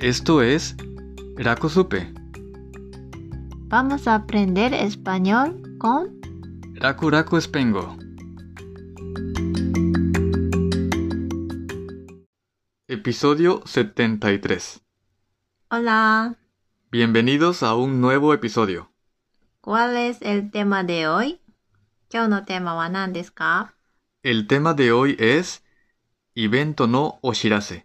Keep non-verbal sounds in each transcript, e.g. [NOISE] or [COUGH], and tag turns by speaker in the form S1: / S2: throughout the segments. S1: Esto es Rakusupe.
S2: Vamos a aprender español con
S1: Raku Raku Espengo. Episodio 73.
S2: Hola.
S1: Bienvenidos a un nuevo episodio.
S2: ¿Cuál es el tema de hoy? 今日のテーマは何ですか
S1: El tema de hoy es Evento no Oshirase.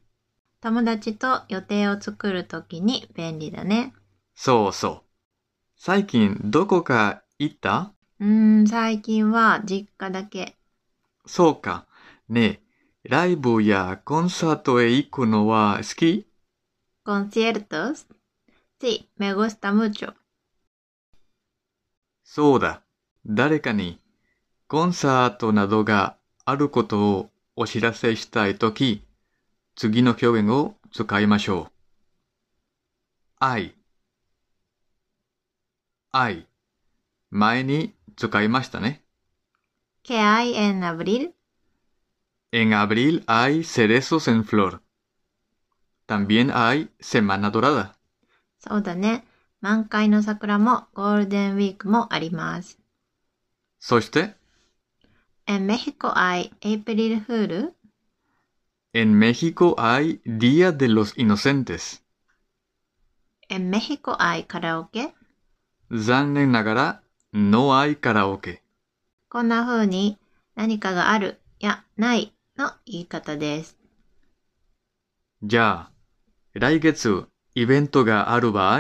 S2: 友達と予定を作るときに便利だね。
S1: そうそう。最近どこか行った
S2: うーん、最近は実家だけ。
S1: そうか。ねえ、ライブやコンサートへ行くのは好き
S2: conciertos? Sí, me gusta mucho.
S1: そうだ。誰かにコンサートなどがあることをお知らせしたいとき、次の表現を使いましょう。愛。愛。前に使いましたね。
S2: ¿Qué hay en abril?
S1: En abril hay cerezos en flor. También hay Semana Dorada.
S2: そうだね。満開の桜もゴールデンウィークもあります。
S1: そして、
S2: En México hay April Fool?
S1: en México hay Día de los Inocentes.
S2: En México hay karaoke?
S1: 残念ながら、no hay karaoke。
S2: こんな風に何かがあるやないの言い方です。
S1: じゃあ、来月、イベントがある場合、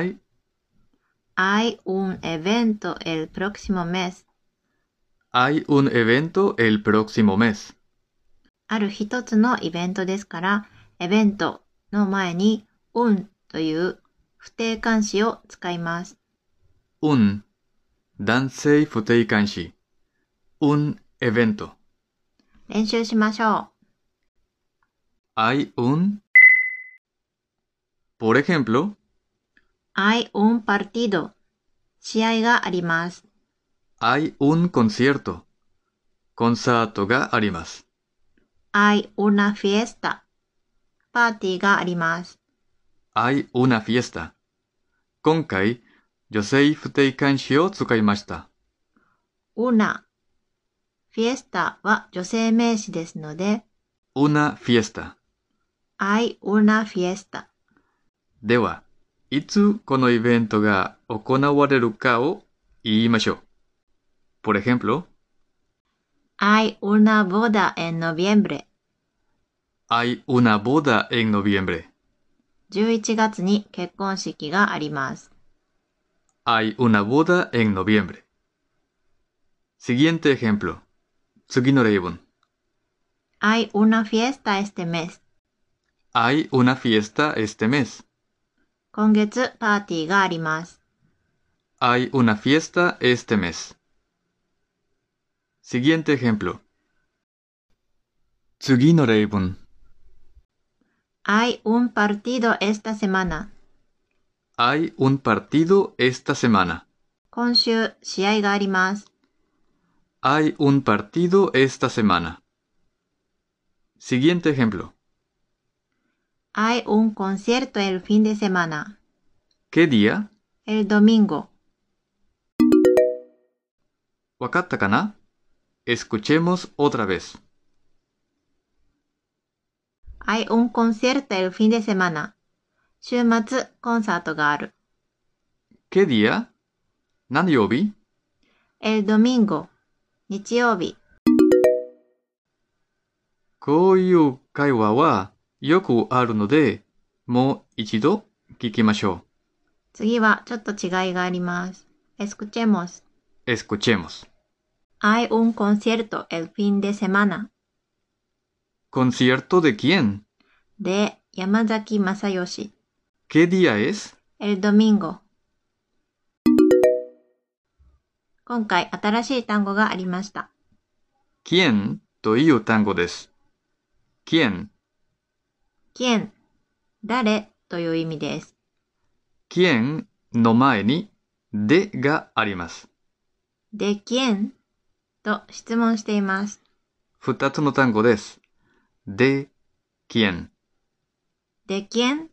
S2: Hay un evento el próximo mes.
S1: hay un evento el próximo mes。
S2: ある一つのイベントですから、エベントの前に un という不定冠詞を使います。
S1: un、男性不定冠詞。un evento。
S2: 練習しましょう。
S1: hay un。por ejemplo,
S2: Hay un partido. 試合があります。
S1: hay un concierto。コンサートがあります。
S2: Hay una fiesta. パーティーがあります。
S1: hay una fiesta。今回、女性不定冠詞を使いました。
S2: una。フィエスタは女性名詞ですので、
S1: una fiesta。
S2: hay una fiesta。
S1: では、いつこのイベントが行われるかを言いましょう。Por ejemplo,
S2: hay una boda en noviembre。
S1: hay una boda en noviembre.
S2: 11月に結婚式があります。
S1: Hay una boda en noviembre. Siguiente ejemplo. 次の例文。
S2: hay una fiesta este mes。
S1: Hay una fiesta este mes.
S2: 今月パーティーがあります。
S1: Hay una fiesta este mes. Siguiente ejemplo. 次の例文。
S2: hay un partido esta semana。
S1: Hay un partido esta semana.
S2: 今週試合があります。
S1: Hay un partido esta semana. Siguiente ejemplo.
S2: Hay un concierto el fin de semana,
S1: ¿Qué día?
S2: el domingo.
S1: ¿Wakata kana? Escuchemos otra vez.
S2: Hay un concierto el fin de semana. 週末コンサートがある。
S1: ¿Qué día? Nanyobi.
S2: el domingo 日曜日。
S1: こういう会話はよくあるので、もう一度聞きましょ
S2: 次はちょっと違いがあります。escuchemos.
S1: う。Escuchemos.
S2: Hay un concierto el fin de semana
S1: ¿Concierto de quién?
S2: で山崎正義。
S1: ¿Qué día es?
S2: el domingo。今回新しい単語がありました。
S1: ¿Quién? という単語です。¿Quién?
S2: quién 誰という意味です。
S1: ¿Quién? の前に、でがあります。
S2: できえんと質問しています。
S1: 二つの単語です。で、quién。
S2: できえん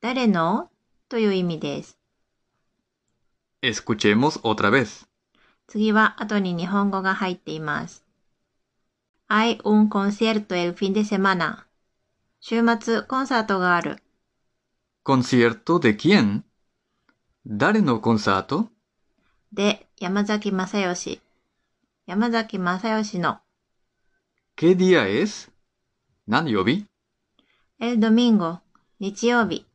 S2: 誰のという意味です。
S1: Escuchemos otra vez.
S2: 次は後に日本語が入っています。Hay un concierto el fin de semana. 週末コンサートがある。
S1: ¿Concierto de quién? ¿Dare no concerto?
S2: で、山崎正義。山崎正義の
S1: ¿Qué día es? Nanyobi.
S2: El domingo 日曜日。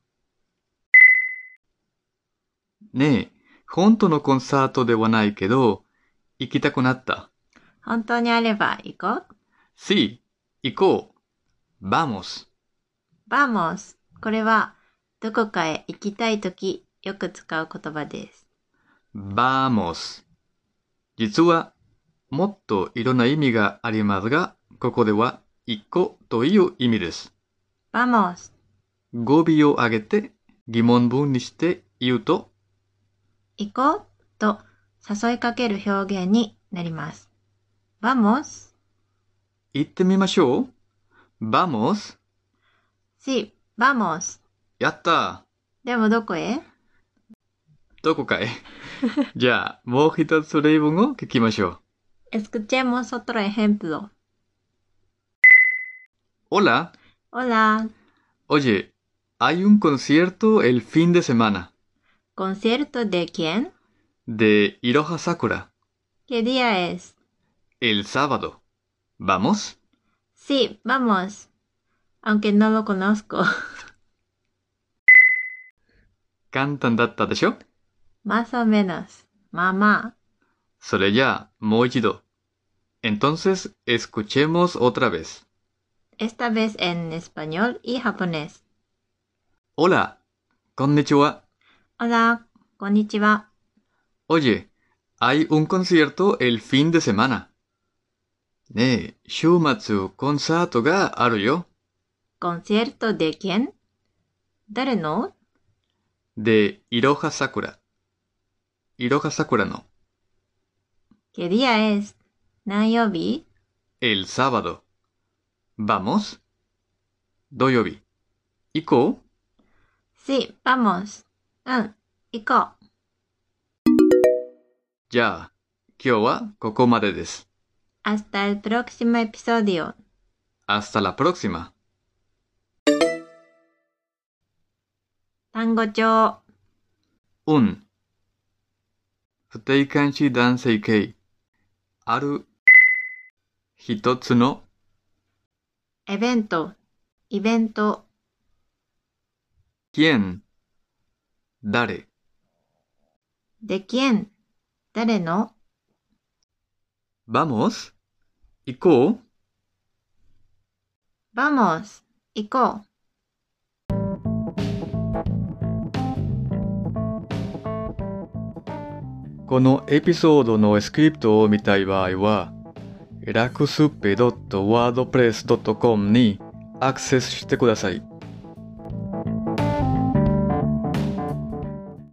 S1: ねえ、本当のコンサートではないけど、行きたくなった。
S2: 本当にあれば行こう。
S1: Sí, 行こう。vamos。
S2: バーモス。これはどこかへ行きたいときよく使う言葉です。
S1: vamos。実は、もっといろんな意味がありますが、ここでは、行こうという意味です。
S2: バモス。
S1: 語尾を上げて、疑問文にして言うと、
S2: 行こうと誘いかける表現になります。バモス。
S1: 行ってみましょう。vamos。
S2: Sí, vamos.
S1: やった
S2: でもどこへ
S1: どこかへ。じゃあ、もう一つ例文を聞きましょう。
S2: Escuchemos otro ejemplo.
S1: Hola,
S2: Hola,
S1: oye, hay un concierto el fin de semana
S2: concierto de quién?
S1: de Iroha Sakura
S2: ¿Qué día es?
S1: el sábado. ¿Vamos?
S2: Sí, vamos. Aunque no lo conozco. [LAUGHS]
S1: 簡単だったでしょ
S2: Más o menos. Mamá.
S1: それじゃあ、もう一度。Entonces, escuchemos otra vez.
S2: Esta vez en español y japonés.
S1: Hola, konnichiwa.
S2: Hola, konnichiwa.
S1: Oye, hay un concierto el fin de semana. ねえ、週末コンサートがあるよ。
S2: Concierto de quién? 誰の
S1: de Iroha Sakura。Iroha Sakura の
S2: ¿Qué día es? 何曜日
S1: El sábado. ¿Vamos? 土曜日。行こう
S2: Sí, vamos. Ah, うん、行こう。
S1: じゃあ、今日はここまでです。
S2: Hasta el próximo episodio.
S1: Hasta la próxima.
S2: 単語帳。
S1: うん。不定冠詞男性形。ある。一つの。
S2: イベント。イベント。
S1: quién。誰。
S2: で quién? 誰の
S1: vamos? 行こう
S2: Vamos. 行こう。
S1: このエピソードのスクリプトを見たい場合は、ラクスペ .wordpress.com にアクセスしてください。